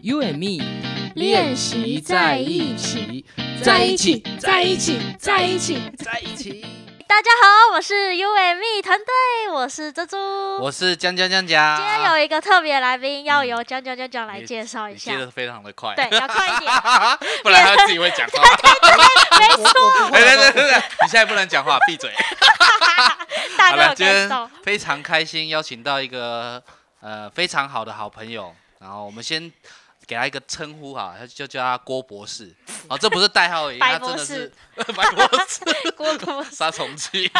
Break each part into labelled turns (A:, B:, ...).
A: You and me
B: 练习在一起，
A: 在一起，在一起，在一起，在一起。
B: 大家好，我是 U M E 团队，我是珍珠。
C: 我是江江江
B: 哦今天
C: 江，
B: 有一个特别来宾，要由江江江江来
C: 你
B: 介绍一
C: 嗯你
B: 下
C: 接。的非常的快，
B: 对，要快一点。
C: 不然他自己会讲话。
B: 没错，
C: 哎，对对对，对你现在不能讲话， 闭嘴。
B: 大家
C: 好了，
B: 有
C: 今
B: get
C: 天
B: 到？
C: 非常开心，邀请到一个呃非常好的好朋友，然后我们先给他一个称呼哈，他就叫他郭博士。哦，这不是代号而已，
B: 白
C: 他真
B: 博
C: 的
B: 士
C: 是 白博士
B: 郭博士，
C: 杀 虫剂。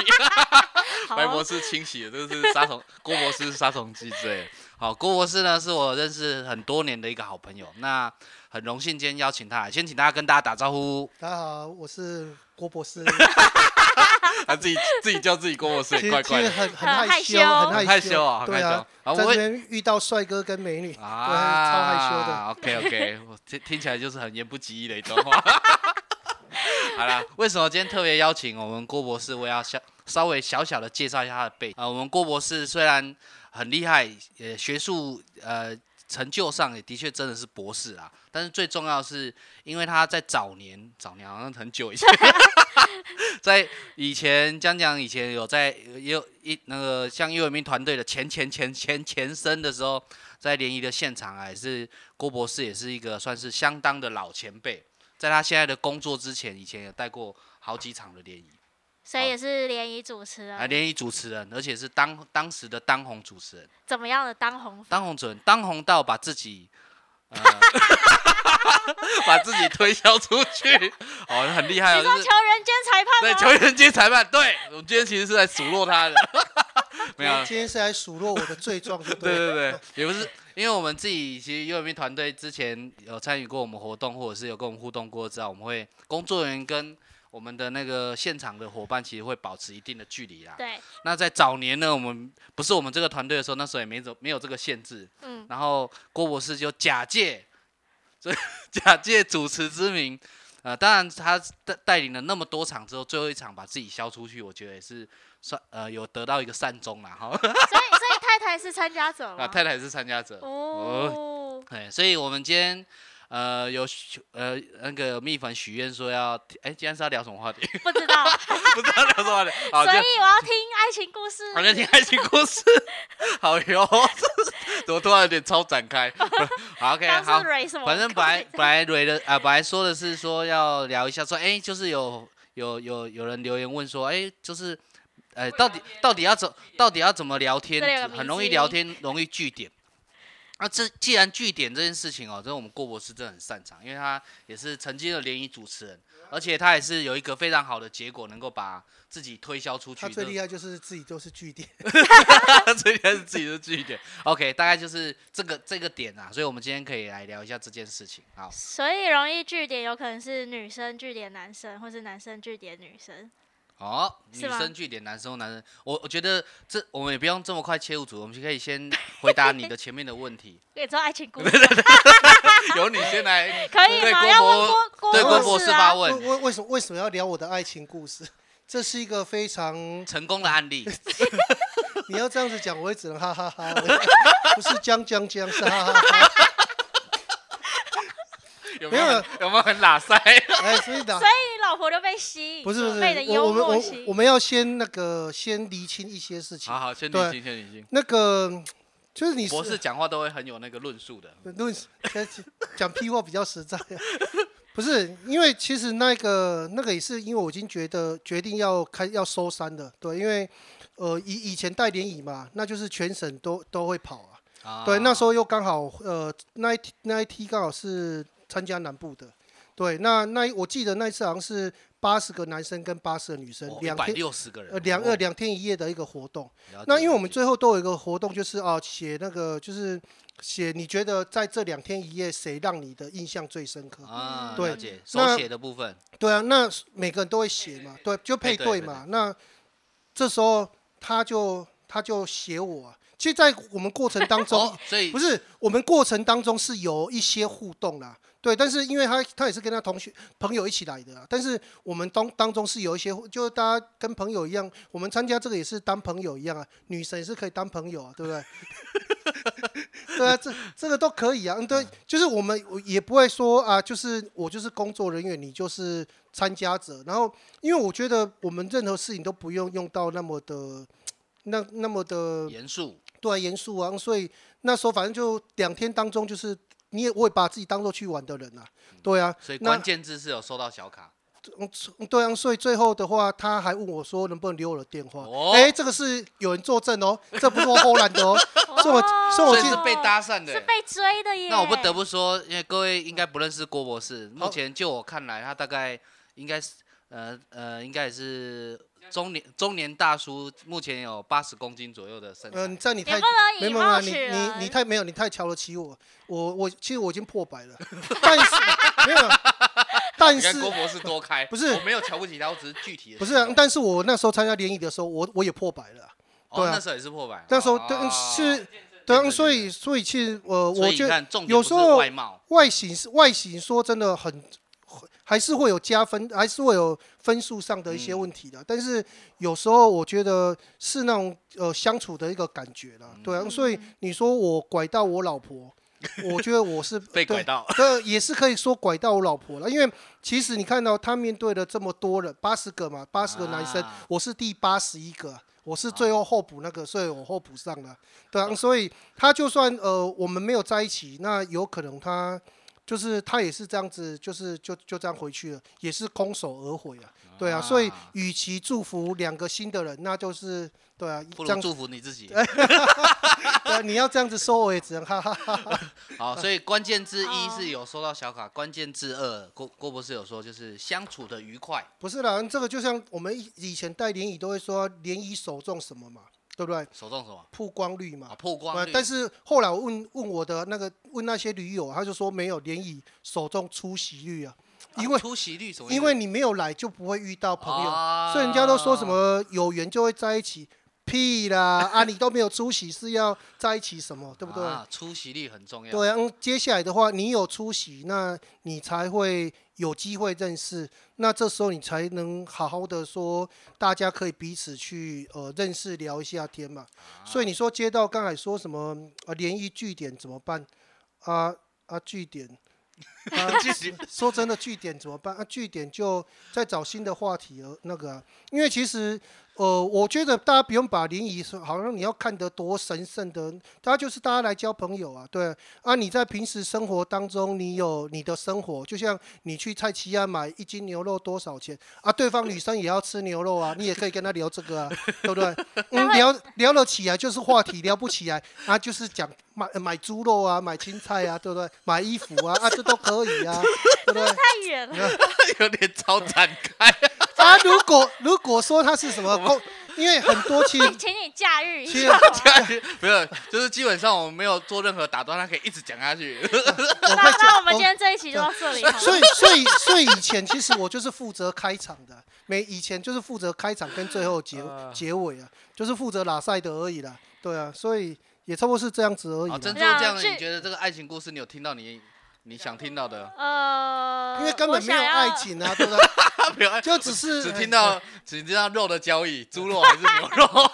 B: 好
C: 白博士清洗的，这是杀虫郭博士是杀虫剂之类的。好，郭博士呢是我认识很多年的一个好朋友，那很荣幸今天邀请他来，先请大家跟大家打招呼，
D: 大家好，我是郭博 士。
C: 他自己自己叫自己郭博 士
D: 其实其实。很
B: 很
D: 很
B: 害
D: 害羞，
B: 羞
C: 很
D: 很
C: 害
D: 害
C: 羞啊很
D: 对
C: 害羞
D: 啊，
C: 啊
D: 在
C: 我
D: 这
C: 也
D: 边遇到帅哥跟美女，对，超害羞的。
C: 啊，OK OK，我听听起来就是很言不及义的一段话。 好啦，为什么今天特别邀请我们郭博士？我要小稍微小小的介绍一下他的背景啊、我们郭博士虽然很厉害，呃，学术呃成就上也的确真的是博士啦，但是最重要的是，因为他在早年早年好像很久以前， 在以前江江以前有在也有一那个像叶文明团队的前前前前前身的时候，在联谊的现场啊，也是郭博士也是一个算是相当的老前辈，在他现在的工作之前，以前也带过好几场的联谊
B: 所以也是联谊主持
C: 啊，
B: 人，
C: 联谊主持人，而且是当当时的当红主持人，
B: 怎么样的当红
C: 当红主持人，当红到把自己。呃 把自己推销出去，哦，很厉害
B: 你
C: 哦！
B: 说
C: 就是
B: 求人间裁判
C: 对，
B: 吗？
C: 球员接裁判，对我们今天其实是在数落他的， 没有，啊
D: 今天是来数落我的罪状，对不
C: 对
D: 对？
C: 对对，也不是，因为我们自己其实 U M 团队之前有参与过我们活动，或者是有跟我们互动过之后，我们会工作人员跟我们的那个现场的伙伴其实会保持一定的距离啦。
B: 对，
C: 那在早年呢，我们不是我们这个团队的时候，那时候也没怎没有这个限制，
B: 嗯，
C: 然后郭博士就假借这 假借主持之名，呃，当然他带带领了那么多场之后，最后一场把自己消出去，我觉得也是算呃有得到一个善终啦哈。
B: 所以所以太太是参加者
C: 啊，
B: 吗？
C: 太太也是参加者，
B: 哦，
C: 对，哎所以我们今天。呃，有许呃那个蜜粉许愿说要，哎，今天是要聊什么话题？
B: 不知道，
C: 不知道聊什么话题。好，
B: 所
C: 就
B: 以我要听爱情故事。
C: 好像听爱情故事。 好哟， 怎么突然有点超展开？ 好，OK，
B: 刚
C: 好
B: 是，蕊什么？
C: 反正本来本来蕊的啊、本来说的是说要聊一下说，哎，就是有有有有人留言问说，哎，就是，呃，到底到底要怎到底要怎么聊天
B: 这里有个，迷
C: 很容易
B: 思
C: 聊天，容易据点。那、这既然据点这件事情哦，这我们郭博士真的很擅长，因为他也是曾经的联谊主持人，而且他也是有一个非常好的结果，能够把自己推销出去。
D: 他最
C: 这
D: 厉害就是自己都是据点，
C: 所以他是自己的据点。OK，大概就是这个这个点啊，所以我们今天可以来聊一下这件事情。好，
B: 所以容易据点有可能是女生据点男生，或是男生据点女生。
C: 哦，女
B: 是吗
C: 生据点，男生男生，我我觉得这我们也不用这么快切入主题，我们就可以先回答你的前面的问 题，
B: 也知道爱情故事吗
C: 由你先来。
B: 可以
C: 对
B: 吗？
C: 郭
B: 要问
C: 博
B: 郭
C: 对
D: 郭
C: 博
B: 博
C: 士
B: 士
C: 发
B: 啊，
C: 问
D: 为为为什么为什么要聊我的爱情故事？ 这是一个非常，
C: 成功的案例，
D: 你要这样子讲，我也只能 哈哈哈，我不是将将将，是哈哈 哈。
C: 有没
D: 没
C: 有
D: 有
C: 很有没有很拉 塞？
D: 哎，所以打
B: 所以老婆就被吸引，
D: 不是不是，
B: 被你的
D: 我
B: 幽
D: 我们
B: 默
D: 我
B: 吸引
D: 我们要先那个先厘清一些事情
C: 好。好，先理
D: 对
C: 清，先理清。
D: 那个就是你
C: 啊博
D: 是
C: 士讲话都会很有那个论述的，
D: 论讲讲屁话比较实在、啊 不是，因为其实那个那个也是因为我已经觉得决定要开要收山了，对，因为呃以以前带联谊嘛，那就是全省都都会跑啊，
C: 啊
D: 对，那时候又刚好呃那一梯那一梯刚好是参加南部的，对，那那一我记得那一次好像是八十个男生跟八十个女生，
C: 哦一
D: 两
C: 百
D: 天
C: 六十个人，
D: 呃两
C: 哦
D: 呃两天一夜的一个活动。
C: 了解
D: 那因为我们
C: 了解
D: 最后都有一个活动，就是啊，写那个就是写你觉得在这两天一夜谁让你的印象最深刻？
C: 啊，
D: 对
C: 了解手
D: 那
C: 写的部分，
D: 对啊，那每个人都会写嘛，对，就配对嘛。那这时候他就他就写我啊、其实，在我们过程当中
C: 哦，，所以
D: 不是我们过程当中是有一些互动啦，对，但是因为他他也是跟他同学朋友一起来的啊，但是我们当当中是有一些，就是大家跟朋友一样，我们参加这个也是当朋友一样啊，女神也是可以当朋友啊，对不对？ 对啊，这这个都可以啊。嗯，对，就是我们我也不会说啊，就是我就是工作人员，你就是参加者。然后，因为我觉得我们任何事情都不用用到那么的。那那么的
C: 严肃，
D: 对啊严肃啊，所以那时候反正就两天当中，就是你也我也把自己当做去玩的人啊，对啊，
C: 嗯所以
D: 那
C: 关键字是有收到小卡。
D: 嗯对啊，所以最后的话，他还问我说能不能留我的电话？哎、
C: 哦
D: 这个是有人作证哦，这不是我偷懒 的哦，所以我所以我
C: 所以
D: 记
C: 是
D: 得
C: 被搭讪的
B: 是
C: 欸。
B: 被追的耶。
C: 那我不得不说，因为各位应该不认识郭博士，
D: 哦
C: 目前就我看来，他大概应该是呃呃，应该也是中年中年大叔，目前有八十公斤左右的身
D: 嗯、
C: 材。
D: 你在你
B: 也
D: 太
B: 不能
D: 没
B: 以
D: 有没
B: 貌
D: 有，
B: 取
D: 你
B: 人。
D: 你你太没有，你太瞧得起我，我我其实我已经破百了， 但是没有，但
C: 你看
D: 是
C: 郭博士多开，
D: 不是
C: 我没有瞧不起他，我只是具体的。
D: 不是啊、但是我那时候参加联谊的时候，我我也破百了啊、
C: 哦
D: 对啊
C: 那时候也是破百，
D: 那时候
C: 哦
D: 对嗯是，对
C: 对
D: 啊，
C: 对
D: 所以所以其实呃，
C: 所
D: 我
C: 以
D: 觉
C: 你
D: 得
C: 看重点
D: 有
C: 不
D: 时
C: 是
D: 候
C: 外貌，
D: 外形是外形说真的很，还是会有加分，还是会有分数上的一些问题的。
C: 嗯
D: 但是有时候我觉得是那种呃相处的一个感觉啦，对
C: 嗯
D: 啊，所以你说我拐到我老婆，我觉得我是
C: 被拐
D: 对
C: 到，
D: 这也是可以说拐到我老婆了，因为其实你看到他面对了这么多人，八十个嘛，八十个男生，
C: 啊
D: 我是第八十一个，我是最后候补那个，所以我候补上了，对
C: 哦
D: 啊，所以他就算呃我们没有在一起，那有可能他就是他也是这样子，就是就就这样回去了，也是空手而回啊，对啊，所以与其祝福两个新的人，那就是对啊，
C: 不
D: 这
C: 如
D: 样
C: 祝福你 自己。
D: 对啊你要这样子说，我也只能哈哈哈哈。
C: 好，所以关键字一
B: 哦
C: 是有收到小卡，关键字二郭郭博士有说就是相处的愉快，
D: 不是啦，这个就像我们以以前带联谊都会说联谊首重什么嘛，对不对？
C: 手动什么
D: 曝光率嘛
C: 啊。破光
D: 呃
C: 率，
D: 但是后来我问问我的那个问那些驴友，他就说没有联谊首重出席率啊，因为、
C: 出席率什么意思？
D: 因为你没有来就不会遇到朋友，
C: 啊
D: 所以人家都说什么有缘就会在一起，屁啦啊！你都没有出席是要在一起什么，对不对？
C: 啊，出席率很重要。，
D: 对啊，嗯接下来的话，你有出席，那你才会有机会认识，那这时候你才能好好的说，大家可以彼此去呃认识聊一下天嘛。所以你说接到刚才说什么呃联谊据点怎么办啊啊据点。啊
C: 继续
D: 说真的，据点怎么办？啊，据点就再找新的话题而那个、啊，因为其实呃，我觉得大家不用把联谊说好像你要看得多神圣的，大家就是大家来交朋友啊，对啊。你在平时生活当中，你有你的生活，就像你去菜奇亚买一斤牛肉多少钱啊？对方女生也要吃牛肉啊，你 也可以跟她聊这个啊，对不对？嗯，聊聊得起来就是话题，聊不起来啊就是讲买买猪肉啊，买青菜啊，对不对？买衣服啊，啊这都可以啊，对不对？
B: 太远了，
C: 有点超展开，
D: 啊，如果如果说他是什么公，因为很 多其实
B: 哎请你假日一
D: 其实
B: 下吧。
C: 没有，就是基本上我们没有做任何打断，他可以一直讲下 去。
D: 我
B: 那
D: 会
B: 那我们
D: 我
B: 今天这一期就到这里好了。
D: 所以所以所以以前其实我就是负责开场的，没以前就是负责开场跟最后结结尾啊，就是负责拉塞的而已啦，对啊，所以也差不多是这样子而已
B: 哦
C: 好，哦珍
D: 啦。
C: 珠，这样
B: 那这
C: 你觉得这个爱情故事，你有听到你你想听到的？
B: 呃，
D: 因为根本
B: 我
D: 没有
B: 想要
D: 爱，情 啊， 哎对不对？
C: 他没有爱，
D: 就只是
C: 只听到 只听到肉的交易，猪肉还是牛肉？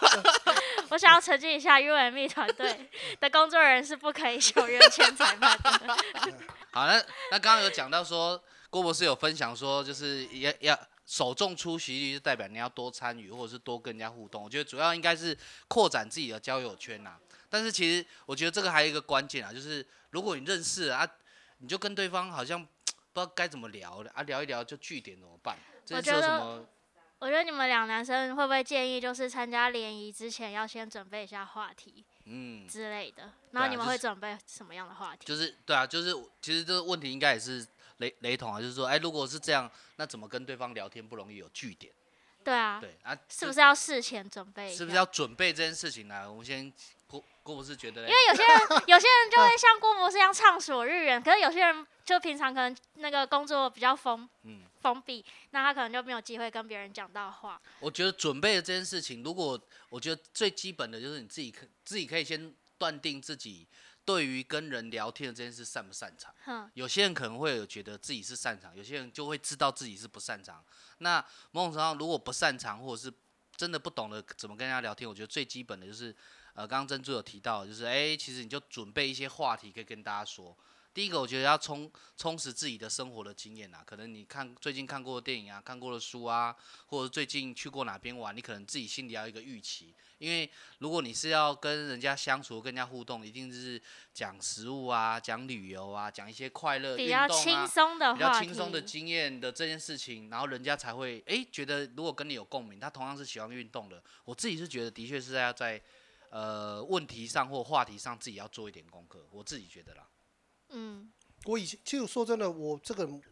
B: 我想要澄清一下，UME 团 队的工作人员是不可以手约签才卖的。
C: 好，那那刚刚有讲到说，郭博士有分享说，就是要要首重出席率，就代表你要多参与，或者是多跟人家互动。我觉得主要应该是扩展自己的交友圈呐、但是其实我觉得这个还有一个关键啊，就是如果你认识了啊，你就跟对方好像不知道该怎么聊了啊，聊一聊就据点怎么办？这
B: 我
C: 是
B: 觉
C: 有什
B: 得
C: 么？
B: 我觉得你们俩男生会不会建议，就是参加联谊之前要先准备一下话题
C: 嗯，啊
B: 之类的？然后你们
C: 就
B: 会
C: 是
B: 准备什么样的话题？
C: 就是对啊，就是其实这个问题应该也是雷雷同啊，就是说，哎，如果是这样，那怎么跟对方聊天不容易有据点？
B: 对啊，
C: 对啊，
B: 是不
C: 这
B: 是要事前准备一下？
C: 是不是要准备这件事情呢、啊我们先郭郭博士觉得嘞，
B: 因为有些 人有些人就会
C: 嗯
B: 像郭博士一样畅所欲言，可是有些人就平常可能那个工作比较封
C: 嗯，
B: 封闭，那他可能就没有机会跟别人讲到话。
C: 我觉得准备的这件事情，如果我觉得最基本的就是你自己可自己可以先断定自己对于跟人聊天的这件事擅不擅长。
B: 哼，
C: 有些人可能会有觉得自己是擅长，有些人就会知道自己是不擅长。那某种程度上，如果不擅长或者是真的不懂得怎么跟人家聊天，我觉得最基本的就是，呃，刚刚珍珠有提到，就是哎、其实你就准备一些话题可以跟大家说。第一个，我觉得要充充实自己的生活的经验啊，可能你看最近看过的电影啊，看过的书啊，或者最近去过哪边玩，你可能自己心里要有一个预期，因为如果你是要跟人家相处、跟人家互动，一定是讲食物啊、讲旅游啊、讲一些快乐、
B: 比
C: 运
B: 较
C: 动啊
B: 轻松的
C: 比较
B: 话
C: 轻松的
B: 题，
C: 经验的这件事情，然后人家才会诶觉得，如果跟你有共鸣，他同样是喜欢运动的，我自己是觉得的确是要在呃问题上或话题上自己要做一点功课，我自己觉得啦。
B: 嗯，
D: 我以前其实说真的，我这个人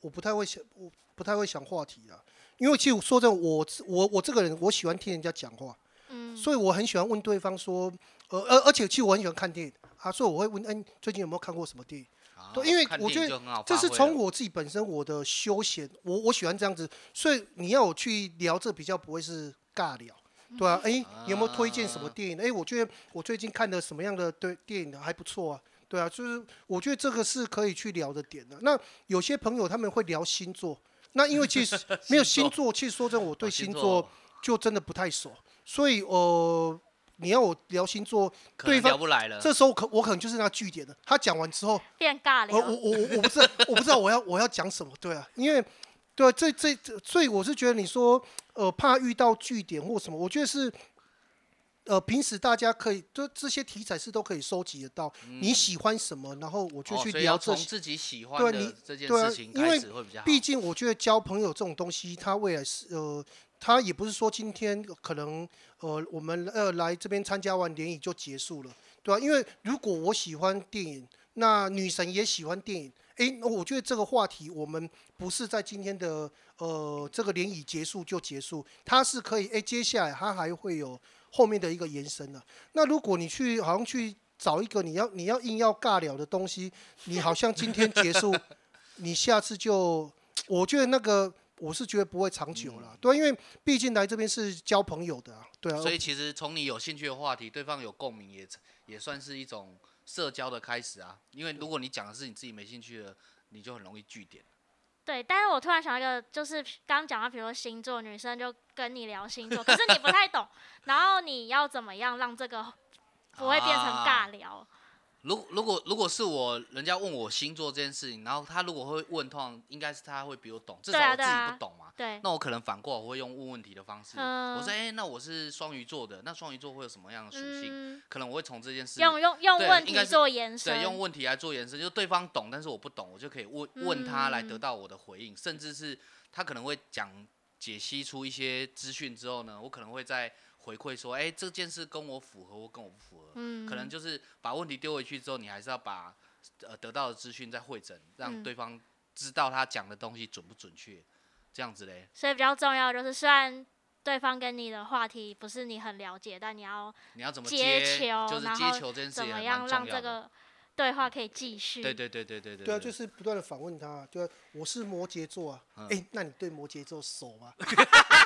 D: 我不太会想，我不太会想话题啦。因为其实说真的，我我我这个人我喜欢听人家讲话，
B: 嗯
D: 所以我很喜欢问对方说，呃，而而且其实我很喜欢看电影啊，所以我会问，哎、你最近有没有看过什么电影？
C: 啊
D: 对因为
C: 看
D: 我
C: 电
D: 觉
C: 影
D: 得
C: 就很好
D: 这
C: 发
D: 是
C: 挥
D: 从
C: 了
D: 我自己本身我的休闲，我我喜欢这样子，所以你要我去聊这比较不会是尬聊，对啊，哎、你有没有推荐什么
C: 啊
D: 电影？哎、我觉得我最近看的什么样的对电影还不错啊，对啊，就是我觉得这个是可以去聊的点的、啊那有些朋友他们会聊星座，那因为其实没有星座，其实说真的，我对
C: 哦
D: 星座
C: 座
D: 就真的不太熟，所以呃，你要我聊星座，
C: 可
D: 对
C: 能
D: 方
C: 聊不来了，
D: 这时候可我可能就是那据点的，他讲完之后。
B: 变尬
D: 我我
B: 聊，
D: 我我我不 知道，我不知道我要我要讲什么，对啊，因为对啊、这这这所以我是觉得你说呃怕遇到据点或什么，我觉得是呃平时大家可以就这些题材是都可以收集得到，你喜欢什么，然后我就
C: 嗯哦
D: 去
C: 所以要
D: 聊这
C: 从
D: 些。
C: 自己喜欢
D: 对
C: 的
D: 你
C: 这件
D: 对啊
C: 事情
D: 因
C: 开
D: 为
C: 始会比较好。
D: 毕竟我觉得交朋友这种东西，它未来是呃。它也不是说今天呃可能呃我们呃来这边参加完联谊就结束了，对吧、因为如果我喜欢电影，那女神也喜欢电影，诶，那我觉得这个话题我们不是在今天的呃这个联谊结束就结束，它是可以诶，接下来它还会有后面的一个延伸的、那如果你去好像去找一个你要你要硬要尬聊的东西，你好像今天结束，你下次就我觉得那个。我是觉得不会长久了，对啊，因为毕竟来这边是交朋友的啊，对啊，
C: 嗯所以其实从你有兴趣的话题，对方有共鸣也也算是一种社交的开始啊。因为如果你讲的是你自己没兴趣的，你就很容易据点。
B: 对。但是我突然想到一个，就是刚刚讲到，比如说星座，女生就跟你聊星座，可是你不太懂，然后你要怎么样让这 个不会变成
C: 啊
B: 尬聊？
C: 如如果如果是我，人家问我星座这件事情，然后他如果会问，通常应该是他会比我懂，至少
B: 对啊
C: 我自
B: 对
C: 己
B: 啊
C: 不懂嘛。
B: 对，
C: 那我可能反过来我会用问问题的方式，我
B: 嗯
C: 说，哎、那我是双鱼座的，那双鱼座会有什么样的属性？
B: 嗯，
C: 可能我会从这件事
B: 用用用
C: 对
B: 问
C: 应该
B: 题
C: 是
B: 做延伸，
C: 对，用问题来做延伸，就对方懂，但是我不懂，我就可以问问他来得
B: 嗯
C: 到我的回应，甚至是他可能会讲解析出一些资讯之后呢，我可能会再回馈说，哎、这件事跟我符合，或跟我不符合，
B: 嗯，
C: 可能就是把问题丢回去之后，你还是要把呃得到的资讯再会诊，让
B: 嗯
C: 对方知道他讲的东西准不准确，这样子嘞，
B: 所以比较重要的就是，虽然对方跟你的话题不是你很了解，但你要
C: 你要怎么
B: 接球
C: 就是
B: 然
C: 接
B: 后
C: 球这件事
B: 怎
C: 也
B: 么
C: 很
B: 样
C: 蛮重
B: 让
C: 要
B: 这
C: 的。
B: 个对话可以继续？
C: 对对对对对对
D: 对啊，就是不断的反问他，对啊，我是摩羯座啊，
C: 嗯
D: 哎、那你对摩羯座熟 吗？
B: 那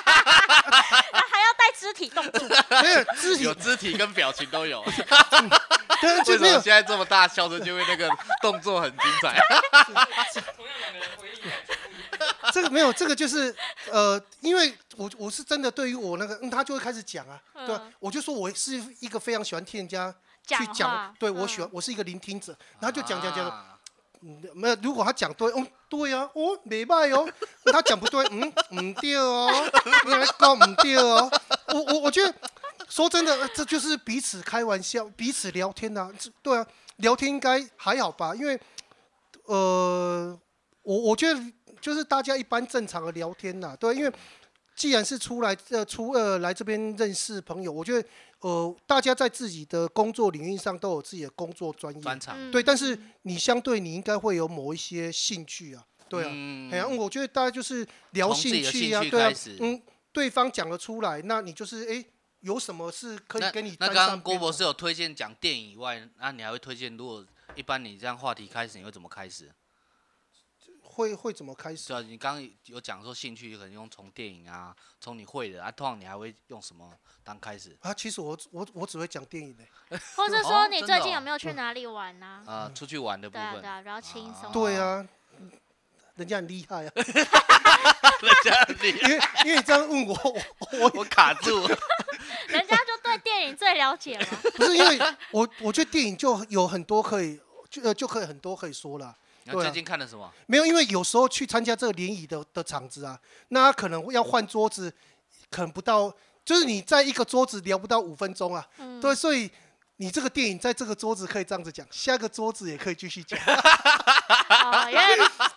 B: 啊还要带肢体 动作，
D: 没有肢体
C: 有，肢体跟表情都 有。
D: 对啊，
C: 为
D: 就
C: 什
D: 没
C: 么
D: 有
C: 现在这么大笑声，就因为那 个动作很精彩。
A: 同样两个人回应感觉不一样。
D: 这个没有这个就是呃，因为我我是真的对于我那个，嗯、他就会开始讲啊，对啊、
B: 嗯
D: 我就说我是一个非常喜欢听人家去
B: 讲
D: 讲
B: 话，，
D: 对我喜
B: 嗯
D: 欢，我是一个聆听者，然后就讲讲讲，
C: 啊
D: 嗯，没有，如果他讲对，哦，对啊，哦，没卖哦，他讲不对，嗯，唔对哦，你来讲唔对哦，我我我觉得，说真的，这就是彼此开玩笑，彼此聊天呐、啊，这对啊，聊天应该还好吧，因为，呃，我我觉得就是大家一般正常的聊天呐、对，啊因为既然是出来呃出呃来这边认识朋友，我觉得呃大家在自己的工作领域上都有自己的工作专业，
C: 专场。
B: 嗯
D: 对，但是你相对你应该会有某一些兴趣啊，对啊，
C: 嗯
D: 哎呀、我觉得大家就是聊
C: 从自己的
D: 趣
C: 兴
D: 啊，
C: 趣
D: 对啊
C: 开始，
D: 嗯，对方讲得出来，那你就是哎，有什么是可以
C: 那
D: 跟你
C: 那
D: 沾
C: 刚
D: 上
C: 刚郭
D: 边
C: 博
D: 的
C: 士有推荐讲电影以外，那你还会推荐？如果一般你这样话题开始，你会怎么开始？
D: 会会怎么开始？
C: 是啊，你刚刚有讲说兴趣，可能用从电影啊，从你会的啊，通常你还会用什么当开始？
D: 啊，其实我我我只会讲电影诶、欸
B: 或者
C: 哦
B: 说你
C: 真
B: 最
C: 的
B: 近
C: 哦
B: 有没有去哪里玩啊？
C: 啊，
D: 嗯
C: 出去玩的部
B: 对啊
C: 分
B: 对。啊，比较轻松。
D: 对啊，人家很厉害啊，
C: 人家你
B: 啊
D: 因为因为你这样问我，我我
C: 我卡住，
B: 人家就对电影你最了解吗？
D: 不是因为我我觉得电影就有很多可以就呃就可以很多可以说了。
C: 那
D: 对啊
C: 最近看了什么？
D: 没有，因为有时候去参加这个联谊的的场子啊，那他可能要换桌子，可能不到，就是你在一个桌子聊不到五分钟啊。
B: 嗯，
D: 对，所以你这个电影在这个桌子可以这样子讲，下个桌子也可以继续讲。
B: 哦，因为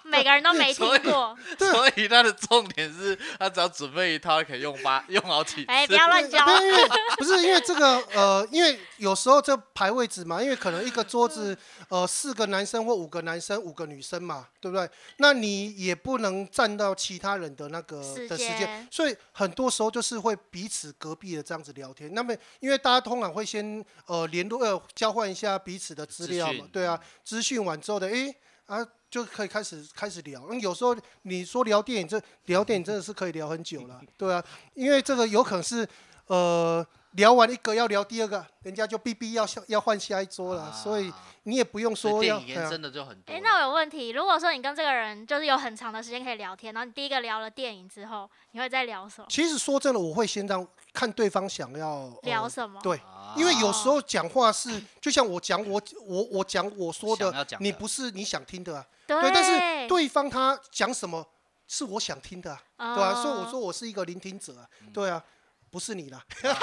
B: 每个人都没听过。
D: 对啊
C: 所以他的重点是他只要准备一套，可以用八用好几次。
B: 哎，不要乱教。
D: 对因为不是因为这个呃，因为有时候这排位置嘛，因为可能一个桌子呃四个男生或五个男生五个女生嘛，对不对？那你也不能占到其他人的那个
B: 时
D: 的时间
B: 间，
D: 所以很多时候就是会彼此隔壁的这样子聊天。那么因为大家通常会先呃联络呃交换一下彼此的资料
C: 资
D: 嘛
C: 讯，
D: 对啊，资讯完之后的诶啊。就可以开始开始聊，嗯，有时候你说聊电影，这聊电影真的是可以聊很久了，对啊，因为这个有可能是呃，聊完一个要聊第二个，人家就必必要下要换下一桌了，
C: 啊
D: 所以你也不用
C: 所
D: 说
C: 以电
D: 要
C: 影
D: 对
C: 延
D: 啊
C: 伸的就很多
B: 哎、
C: 了。
B: 那我有问题，如果说你跟这个人就是有很长的时间可以聊天，然后你第一个聊了电影之后，你会再聊
C: 啊
B: 什么？
D: 其实说真的，我会先让看对方想要、呃
B: 聊什么？
D: 对，
C: 啊
D: 因为有时候讲话 是就像我讲我我我讲我说
C: 想要
D: 的，
C: 讲的
D: 你不是你想听的啊，
B: 对
D: 对，但是对方他讲什么是我想听的啊，对吧、所以
B: 哦
D: 我说我是一个聆听者啊，
C: 嗯
D: 对啊，不是你啦，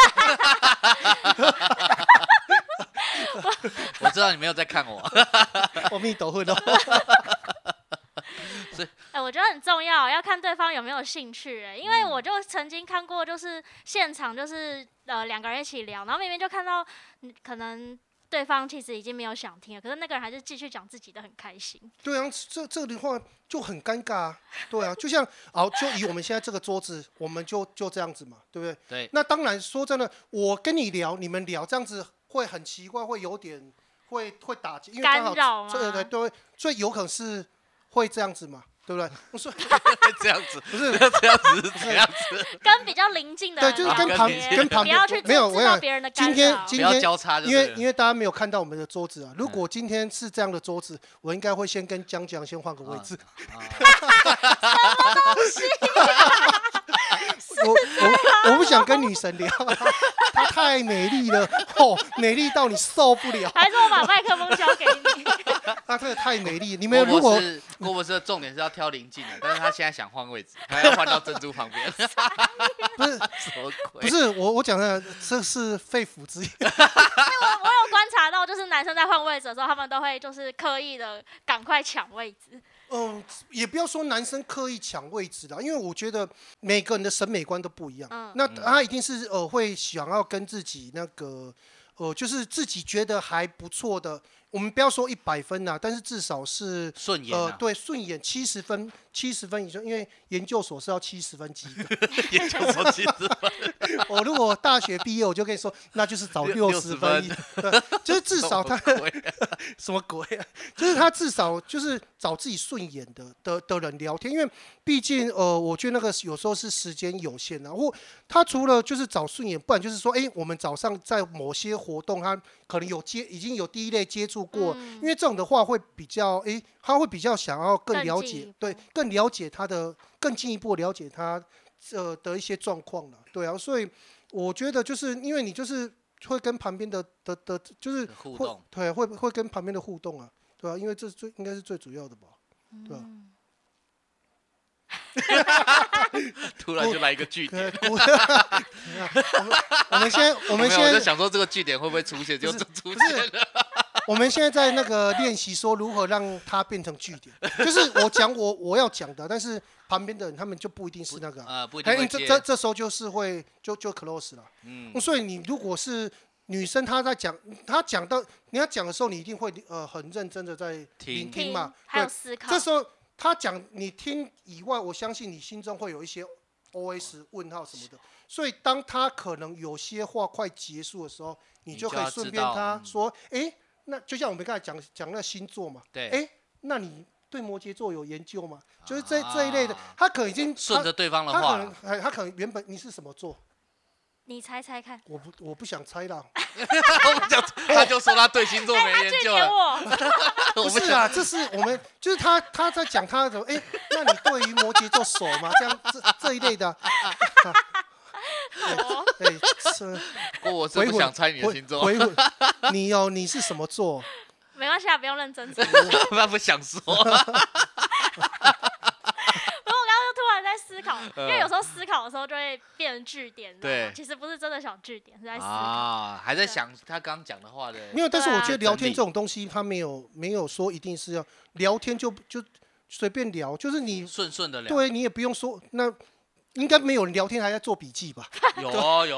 C: 我知道你没有在看我，
D: 我们都会的。
B: 哎、我觉得很重要，要看对方有没有兴趣、哎，因
D: 嗯
B: 为我就曾经看过，就是现场就是呃两个人一起聊，然后明明就看到嗯可能对方其实已经没有想听了，可是那个人还是继续讲自己的，很开心。
D: 对啊，这这个的话就很尴尬啊。对啊，就像好，就以我们现在这个桌子，我们就就这样子嘛，对不对？
C: 对，
D: 那当然，说真的，我跟你聊，你们聊这样子会很奇怪，会有点会会打击，因为刚好
B: 干扰吗啊
D: 这对对，所以有可能是会这样子嘛，对不对？我说
C: 这样子
D: 不是，
C: 这样子是这样子，
B: 跟比较邻近的
D: 对
B: 人
D: 就是
B: 聊
C: 跟旁
B: 天
D: 跟旁
B: 不要
D: 边
B: 去
D: 没有
B: 制
D: 我
B: 制造
D: 想
B: 别人的干
D: 今天
B: 扰。
D: 今
C: 不
D: 天
C: 要交叉就
D: 因
C: 对啊
D: 为
C: 了，
D: 因为大家没有看到我们的桌子啊，如果今天是这样的桌子，我应该会先跟江江先换
C: 啊
D: 个位置。我我我不想跟女神聊， 她太美丽了，哦，美丽到你受不了，
B: 还是我把麦克风交给 你。
D: 她真的太美丽。你
C: 你
D: 们如果
C: 是郭博士的重点是要挑临近的，但是他现在想换位置，他要换到珍珠旁边，
D: 不是
C: 什么
D: 不
C: 鬼？
D: 是我我讲的，这是肺腑之言。
B: 我我有观察到，就是男生在换位置的时候，他们都会就是刻意的赶快抢位置。
D: 嗯，也不要说男生刻意抢位置啦，因为我觉得每个人的审美观都不一样。
B: 嗯
D: 那他一定是呃会想要跟自己那个呃，就是自己觉得还不错的，我们不要说一百分啦，但是至少是
C: 顺眼
D: 呃，
C: 啊，
D: 对，顺眼七十分，七十分以上，因为研究所是要七十分及格。
C: 也就是说其实
D: 我如果大学毕业，我就跟你说，那就是找
C: 六
D: 十分以，对，就是至少他
C: 什么鬼
D: 什么鬼啊？就是他至少就是找自己顺眼的的的人聊天，因为毕竟呃，我觉得那个有时候是时间有限啊，或他除了就是找顺眼，不然就是说，哎、我们早上在某些活动，他可能有接已经有第一类接触过，
B: 嗯
D: 因为这种的话会比较，哎、他会比较想要更
B: 更
D: 了
B: 进一
D: 解
B: 步，
D: 对，更了解他的，更进一步了解他呃的一些状况了，对啊，所以我觉得就是因为你就是会跟旁边的的的，就是
C: 互
D: 会
C: 动？
D: 对，会会跟旁边的互动啊，对啊，因为这最应该是最主要的吧。对啊
B: 嗯，
C: 突然就来一个据点。
D: 可鼓我啊们我们先我
C: 我
D: 们
C: 我就
D: 先
C: 想说这个据点会不会出现，就出
D: 不
C: 现
D: 是
C: 了。
D: 我们现在在那个练习说如何让它变成句点，就是我讲我我要讲的，但是旁边的人他们就不一定是那个啊。
C: 啊，不一定
D: 哎，
C: 会
D: 这这
C: 接。
D: 这时候就是会就就 close 了。
C: 嗯
D: 嗯，所以你如果是女生，她在讲，她讲到你要讲的时候，你一定会呃很认真的在聆
C: 听
D: 听嘛。
B: 还
D: 对
B: 有，思考。
D: 这时候她讲你听以外，我相信你心中会有一些 OS 问号什么的。所以当她可能有些话快结束的时候，你
C: 你
D: 就
C: 就
D: 可以
C: 要
D: 顺
C: 知
D: 便
C: 道
D: 她
C: 嗯
D: 说，诶，那就像我们刚才讲讲那星座嘛，
C: 对，
D: 诶，那你对摩羯座有研究吗？就是这这一类的
C: 啊，
D: 她可能已经
C: 顺
D: 她
C: 着对方的
D: 他可
C: 话
D: 能
C: 啦，
D: 还他可能原本你是什么座？
B: 你猜猜看。
D: 我不我不想猜啦。
C: 我们讲
D: 哎
C: 他就说他对星座没
B: 哎他
C: 研
B: 拒
C: 究
B: 绝
C: 了。
B: 我，
C: 我
D: 不
C: 们
D: 是
C: 想
D: 啊，这是我们就是他他在讲他 的哎、那你对于摩羯座熟吗？这样这这一类的啊、
B: 好哦，
D: 对，是
C: 郭博士
D: 回
C: 不
D: 魂
C: 想猜你的
D: 回
C: 星座，
D: 回魂，你哦，你是什么座？
B: 没关系啊，不用认真。因为
C: 他不想 说。
B: 我刚刚就突然在思考，
C: 嗯
B: 因为有时候思考的时候就会变成句点，你知道吗
C: 对
B: 其实不是真的想句点，是在思考。
C: 啊，还在
B: 对
C: 想他刚刚讲的话的。
D: 没有，但是
B: 对啊
D: 我觉得聊天
C: 整理
D: 这种东西，它没有没有说一定是要聊天就就随便聊，就是你
C: 顺顺的聊，
D: 对你也不用说那。应该没有人聊天还在做笔记吧？
C: 有哦有
B: 有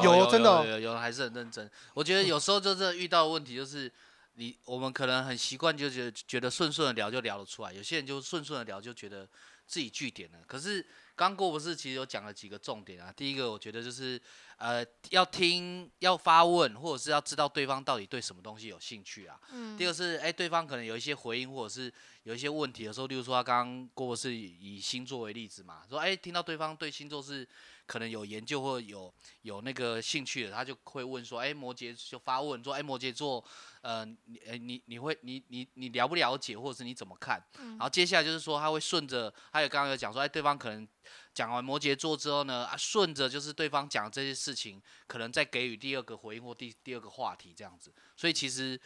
B: 哦
D: 有真的哦
C: 有有有还是很认真。我觉得有时候就是遇到的问题就是，你我们可能很习惯，就觉得觉得顺顺的聊就聊得出来，有些人就顺顺的聊就觉得自己据点了。可是刚过不是其实有讲了几个重点啊，第一个我觉得就是呃要听要发问，或者是要知道对方到底对什么东西有兴趣啊。
B: 嗯
C: 第二个是，哎、对方可能有一些回应，或者是有一些问题的时候，例如说他刚刚郭博士以以星座为例子嘛，说，哎、听到对方对星座是可能有研究或有有那个兴趣的，他就会问说，哎、摩羯就发问说，哎、摩羯座，呃，你、哎你你会你你你了不了解，或者是你怎么看？然后接下来就是说，他会顺着，还有刚刚有讲说，哎，对方可能讲完摩羯座之后呢，啊，顺着就是对方讲这些事情，可能再给予第二个回应或第第二个话题这样子。所以其实，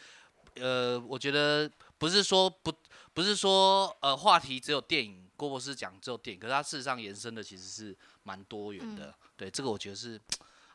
C: 呃，我觉得不是说不不是说呃话题只有电影，郭博士讲只有电影，可是他事实上延伸的其实是蛮多元
B: 嗯
C: 的。对，这个我觉得是，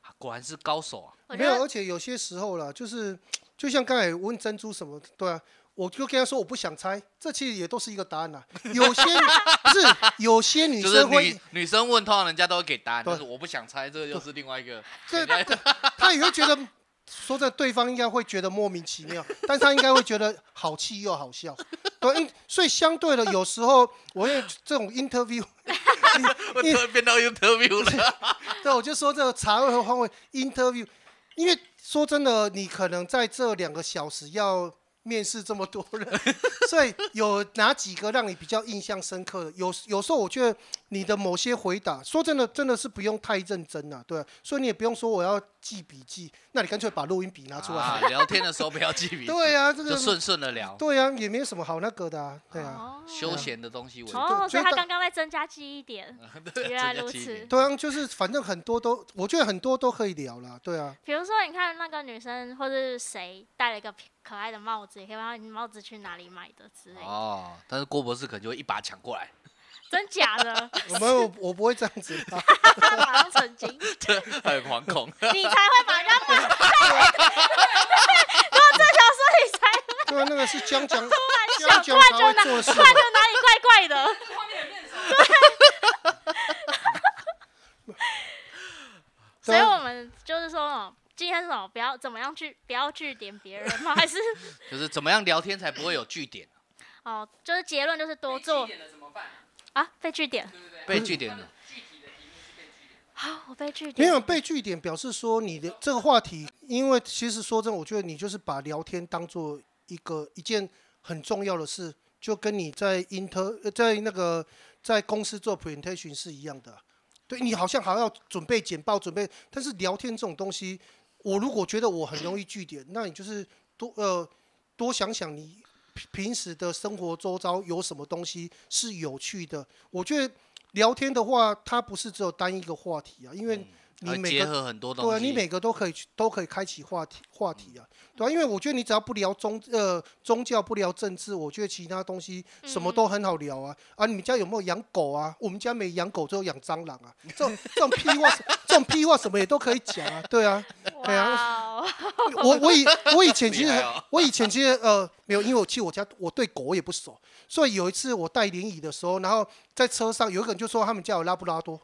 C: 啊果然是高手啊。
B: 我觉
D: 没有，
B: 得
D: 而且有些时候啦，就是就像刚才问珍珠什么，对啊，我就跟她说我不想猜，这其实也都是一个答 案啦。有些不是有些女
C: 就是
D: 生会
C: 女女生问，通常人家都会给答案，
D: 对
C: 但是我不想猜，这个又是另外一个。
D: 这
C: 人家
D: 他也会觉得，说这对方应该会觉得莫名其妙， 但是他应该会觉得好气又好笑。对，因所以相对的，有时候我也这种 interview，
C: 我突然变到 interview 了。
D: 对，我就说这个茶位和换位 interview，因为说真的，你可能在这两个小时要面试这么多人， 所以有哪几个让你比较印象深刻的？有有时候我觉得你的某些回答，说真的，真的是不用太认真了、对、啊所以你也不用说我要记笔记，那你干脆把录音笔拿出来好了。
C: 啊，聊天的时候不要记笔记，
D: 对啊，这
C: 就
D: 个
C: 顺顺的聊，
D: 对啊，也没有什么好那个的啊，对啊，
B: 哦
C: 休闲的东西为主。
B: 哦，
D: 对
B: 所以
D: 就
B: 他
D: 到
B: 刚刚在增加记忆点。
C: 对
B: 原来
C: 增加
B: 如
C: 记忆
B: 此
C: 点
D: 对啊，就是反正很多都，我觉得很多都可以聊啦，对啊，
B: 比如说，你看那个女生或者是谁戴了一个可爱的帽子，也可以问她你帽子去哪里买的之类的，
C: 哦，但是郭博士可能就会一把抢过 来，
B: 真假的？
D: 我们我我不会这样子啊啦，
B: 马上澄清，你
C: 这很惶恐。
B: 才会把人家骂。 对对对我正想说你才
D: 对啊，那个是江江
B: 想
D: 江 江才会做的事
B: 突，然就哪里 怪怪的。所
D: 对
B: 以我
D: 啊，
B: 们就是说哦，今天是什么？不要怎么样去，不要去点别人吗？还是
C: 就是怎么样聊天才不会有据点？
B: 哦，就是结论就是多做
A: 点了怎么办？
B: 啊，被据点。
C: 被据点了，
B: 好，我被据
D: 没
B: 点。
D: 有被据点表示说你的这个话题，因为其实说真的，我觉得你就是把聊天当做一个一件很重要的事，就跟你在 inter 呃在那个在公司做 presentation 是一样的啊。对你好像还要准备简报，准备，但是聊天这种东西，我如果觉得我很容易据点，那你就是多呃多想想你平平时的生活周遭有什么东西是有趣的。我觉得聊天的话，它不是只有单一个话题啊，因为你
C: 而
D: 每
C: 嗯呃结
D: 个
C: 合很多东西。嗯
D: 对啊，你 每个都可以去都可以开启话题话题啊，对啊，因为我觉得你只要不聊宗呃宗教，不聊政治，我觉得其他东西什么都很好聊啊。啊，你们家有没有养狗啊？我们家没养狗，只有养蟑螂啊。这种这种屁话，这种屁话什么也都可以讲啊。对啊，对
B: 哇哦，
D: 我我以我以前其
C: 厉
D: 实
C: 害哦
D: 我以前其实呃没有，因为我其实我家我对狗也不熟，所以有一次我带联谊的时候，然后在车上有一个人就说他们家有拉布拉多，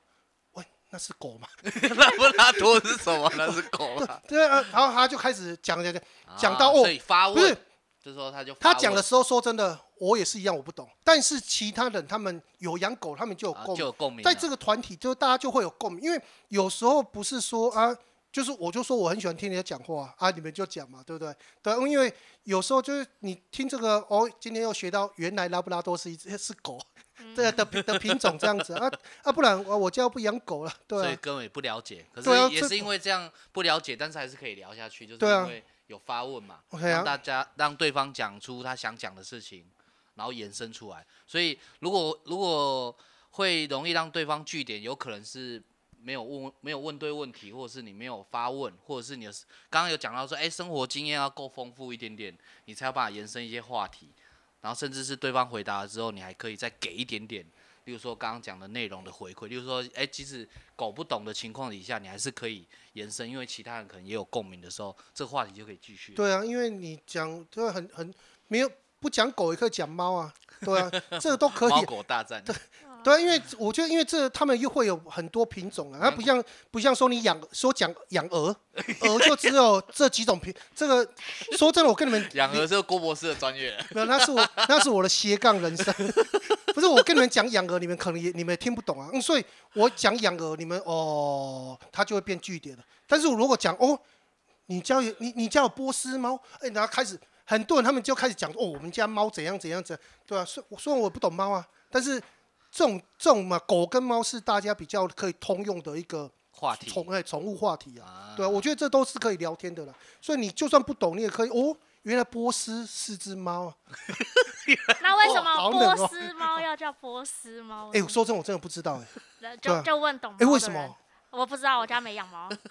D: 喂，那是狗吗？
C: 拉布拉多是什么？那是狗啦。
D: 对啊，然后他就开始讲讲讲， 讲到
C: 啊
D: 哦
C: 所以发
D: 不是
C: 问，这时候他就发
D: 他
C: 问
D: 讲的时候，说真的，我也是一样，我不懂。但是其他人他们有养狗，他们就有
C: 啊
D: 共
C: 就
D: 鸣。
C: 有共鸣了，
D: 在这个团体，就大家就会有共鸣，因为有时候不是说啊，就是我就说我很喜欢听人家讲话啊，你们就讲嘛，对不对？对，因为有时候就是你听这个哦，今天又学到原来拉布拉多是一只是狗，
C: 嗯
D: 对啊的的的品种这样子啊啊，不然我我家不养狗了，对
C: 所以
D: 啊，
C: 根本也不了解。可
D: 对啊
C: 是也
D: 这
C: 是因为这样不了解，但是还是可以聊下去，就是
D: 对啊
C: 因为有发问嘛，
D: OK 啊
C: 让大家让对方讲出他想讲的事情，然后延伸出来。所以如果如果会容易让对方据点，有可能是没有问没有问对问题，或者是你没有发问，或者是你的刚刚有讲到说，哎、生活经验要够丰富一点点，你才有办法延伸一些话题，然后甚至是对方回答了之后，你还可以再给一点点，例如说刚刚讲的内容的回馈，例如说，哎、即使搞不懂的情况底下，你还是可以延伸，因为其他人可能也有共鸣的时候，这个话题就可以继续。
D: 对啊，因为你讲就很很没有不讲狗也可以讲猫啊，对啊，这个都可以
C: 猫。狗大战，
D: 对啊，因为我觉得，因为这他们又会有很多品种啊，它不像不像说你养说讲养鹅，鹅就只有这几种品。这个说真的，我跟你们
C: 养鹅是郭博士的专 业，
D: 没有，那是我那是我的斜杠人生。 不是我跟你们讲养鹅，你们可能也你们也听不懂啊。嗯，所以我讲养鹅，你们哦，它就会变据点了。但是我如果讲哦，你家有你你家有波斯猫，哎，然后开始很多人他们就开始讲哦，我们家猫怎样怎样怎样，对啊，虽虽然我不懂猫啊，但是这种这种嘛，狗跟猫是大家比较可以通用的一个
C: 话题
D: 宠哎宠物话题啊。
C: 啊
D: 对啊，我觉得这都是可以聊天的啦。所以你就算不懂，你也可以哦。原来波斯是只猫啊！
B: 那为什
D: 哦好
B: 么
D: 冷哦
B: 波斯猫要叫波斯猫呢？
D: 哎、我说真的，我真的不知道哎、
B: 呃
D: 对啊
B: 就就问懂。
D: 哎、为什么？？
B: 我不知道，我家没养猫，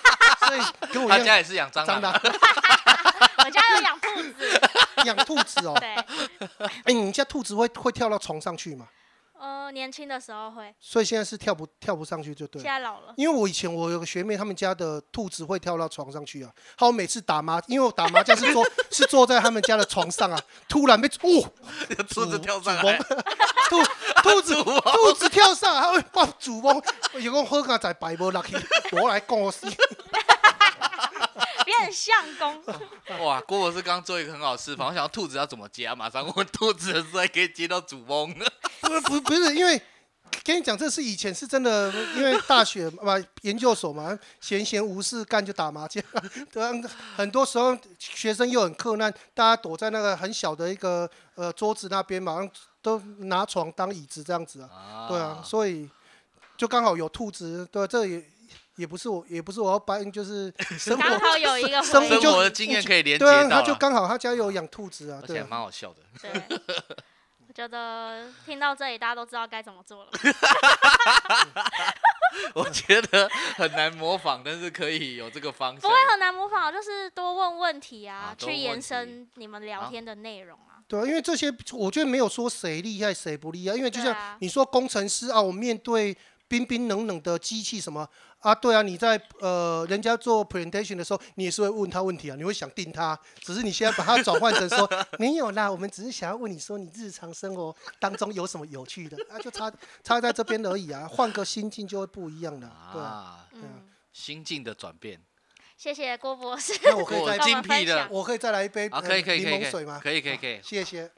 D: 所以跟我
C: 他
D: 一
C: 家
D: 样
C: 也是养蟑
D: 蟑
C: 螂，
D: 螂
B: 我家有养兔子。
D: 养兔子哦。
B: 对，
D: 哎、你家兔子会会跳到床上去吗？
B: 呃，年轻的时候会，
D: 所以现在是跳不跳不上去就对
B: 现
D: 了。
B: 在老了。
D: 因为我以前我有个学妹，他们家的兔子会跳到床上去啊。还有每次打麻，因为我打麻将是坐是坐在他们家的床上啊，突然被哦，
C: 兔子跳上
D: 主
C: 来
D: 翁，兔兔子兔子跳上来，还会抱主翁，有个好个仔白无落去，我来讲我死。
B: 变相公，
D: 啊
C: 哇！郭博士刚刚做一个很好的示范，我想要兔子要怎么接啊？马上问兔子的时候可以接到主翁，
D: 不不不是因为。跟你讲，这是以前是真的，因为大学嘛，研究所嘛，闲闲无事干就打麻将，对啊，很多时候学生又很困难，大家躲在那个很小的一个呃桌子那边嘛，都拿床当椅子这样子啊，对啊，所以就刚好有兔子，对啊、这也也不是我，也不是我要搬，就是生
B: 刚
D: 活，
B: 好有一个
D: 生
B: 回
D: 物
C: 生
D: 就
B: 忆。
C: 活的经验可以连接
D: 对啊，
C: 到
D: 他
C: 啦，
D: 就刚好他家有养兔子啊，
C: 而
D: 对
C: 且还
D: 啊，
C: 蛮好笑的。
B: 对，我觉得听到这里，大家都知道该怎么 做了。
C: 我觉得很难模仿，但是可以有这个方
B: 不
C: 向
B: 会。很难模仿，就是多问问题啊，
C: 啊多
B: 去
C: 问
B: 延
C: 问
B: 伸你们聊
C: 好
B: 天的内容啊。
D: 对啊，因为这些我觉得没有说谁厉害谁不厉害，因为就
B: 对
D: 像
B: 啊，
D: 你说工程师啊，我面对冰冰冷冷的机器什么啊？对啊，你在呃人家做 presentation 的时候，你也是会问他问题啊，你会想定他，只是你现在把它转换成说 没有啦，我们只是想要问你说你日常生活当中有什么有趣的啊，就差差在这边而已啊，换个心境就会不一样的，对啊。
C: 啊，
B: 嗯，
C: 心境的转变，
B: 谢谢郭博士。
D: 那我可以
C: 我
D: 再
B: 干嘛
C: 精辟的
D: 我可以再来一杯
C: 啊，
D: 呃
C: 可以可以可
D: 柠
C: 以
D: 檬水吗？
C: 可以可以可以，
D: 谢谢。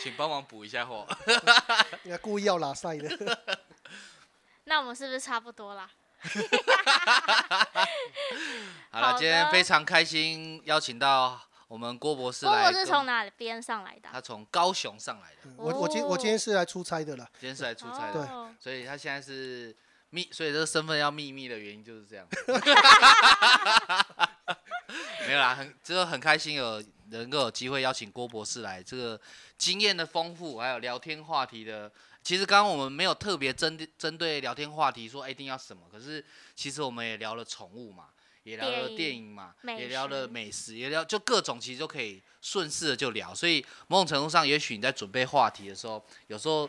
C: 请帮忙补一下货。
D: 你还故意要拉塞的。
B: 那我们是不是差不多啦？好
C: 好了，
B: 的
C: 今天非常开心，邀请到我们郭博士
B: 郭
C: 来
B: 博
C: 跟
B: 士
C: 我们。
B: 从哪里边上来的啊？
C: 他从高雄上来的，
B: 嗯
D: 我我今我今天是来出差的啦。
C: 今天是来出差的，
B: 哦，
C: 所以他现在是秘，所以这个身份要秘密的原因就是这样。 没有啦，很就是很开心有能够有机会邀请郭博士来，这个经验的丰富，还有聊天话题的。其实刚刚我们没有特别针对针对聊天话题说哎一定要什么，可是其实我们也聊了宠物嘛，也聊了
B: 电影
C: 电影嘛，
B: 美
C: 也聊了
B: 食
C: 美食，也聊就各种其实就可以顺势的就聊。所以某种程度上，也许你在准备话题的时候，有时候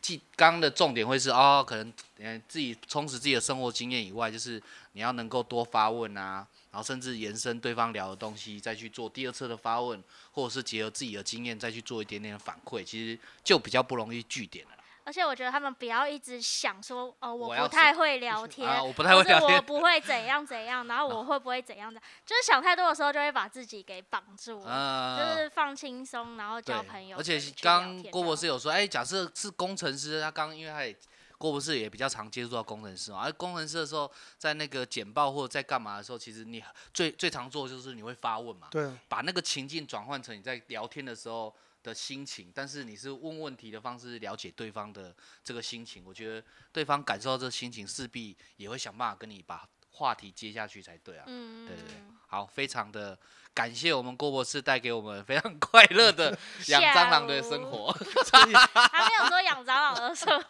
C: 记刚刚的重点会是哦，可能嗯自己充实自己的生活经验以外，就是你要能够多发问啊，然后甚至延伸对方聊的东西，再去做第二次的发问，或者是结合自己的经验再去做一点点的反馈，其实就比较不容易据点了啦。
B: 而且我觉得他们不要一直想说，哦，
C: 我
B: 我
C: 要
B: 不太会聊天，
C: 啊，我不太会聊
B: 或是我
C: 天
B: 不会怎样怎样， 然后我会不会怎样的，就是想太多的时候就会把自己给绑住，
C: 啊，
B: 就是放轻松，然后
C: 对
B: 交朋友。
C: 而且
B: 去聊
C: 刚
B: 天啊就
C: 郭博
B: 好
C: 士有说，哎、假设是工程师，他刚因为他也郭博士也比较常接触到工程师嘛，而、工程师的时候，在那个简报或者在干嘛的时候，其实你最最常做的就是你会发问嘛，
D: 对啊，
C: 把那个情境转换成你在聊天的时候的心情，但是你是问问题的方式了解对方的这个心情，我觉得对方感受到这个心情，势必也会想办法跟你把话题接下去才对啊。
B: 嗯，
C: 对对对好，非常的感谢我们郭博士带给我们非常快乐的养蟑螂的生活。
B: 还没有说养蟑螂的时候，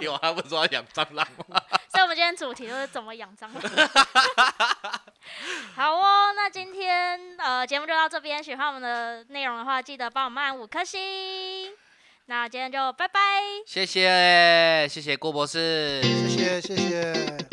C: 有啊，不是说要养蟑螂吗？
B: 所以我们今天主题就是怎么养蟑螂。 好哦，那今天呃节目就到这边，喜欢我们的内容的话，记得帮我们按五颗星。那今天就拜拜。
C: 谢谢，谢谢郭博士。
D: 谢谢谢谢。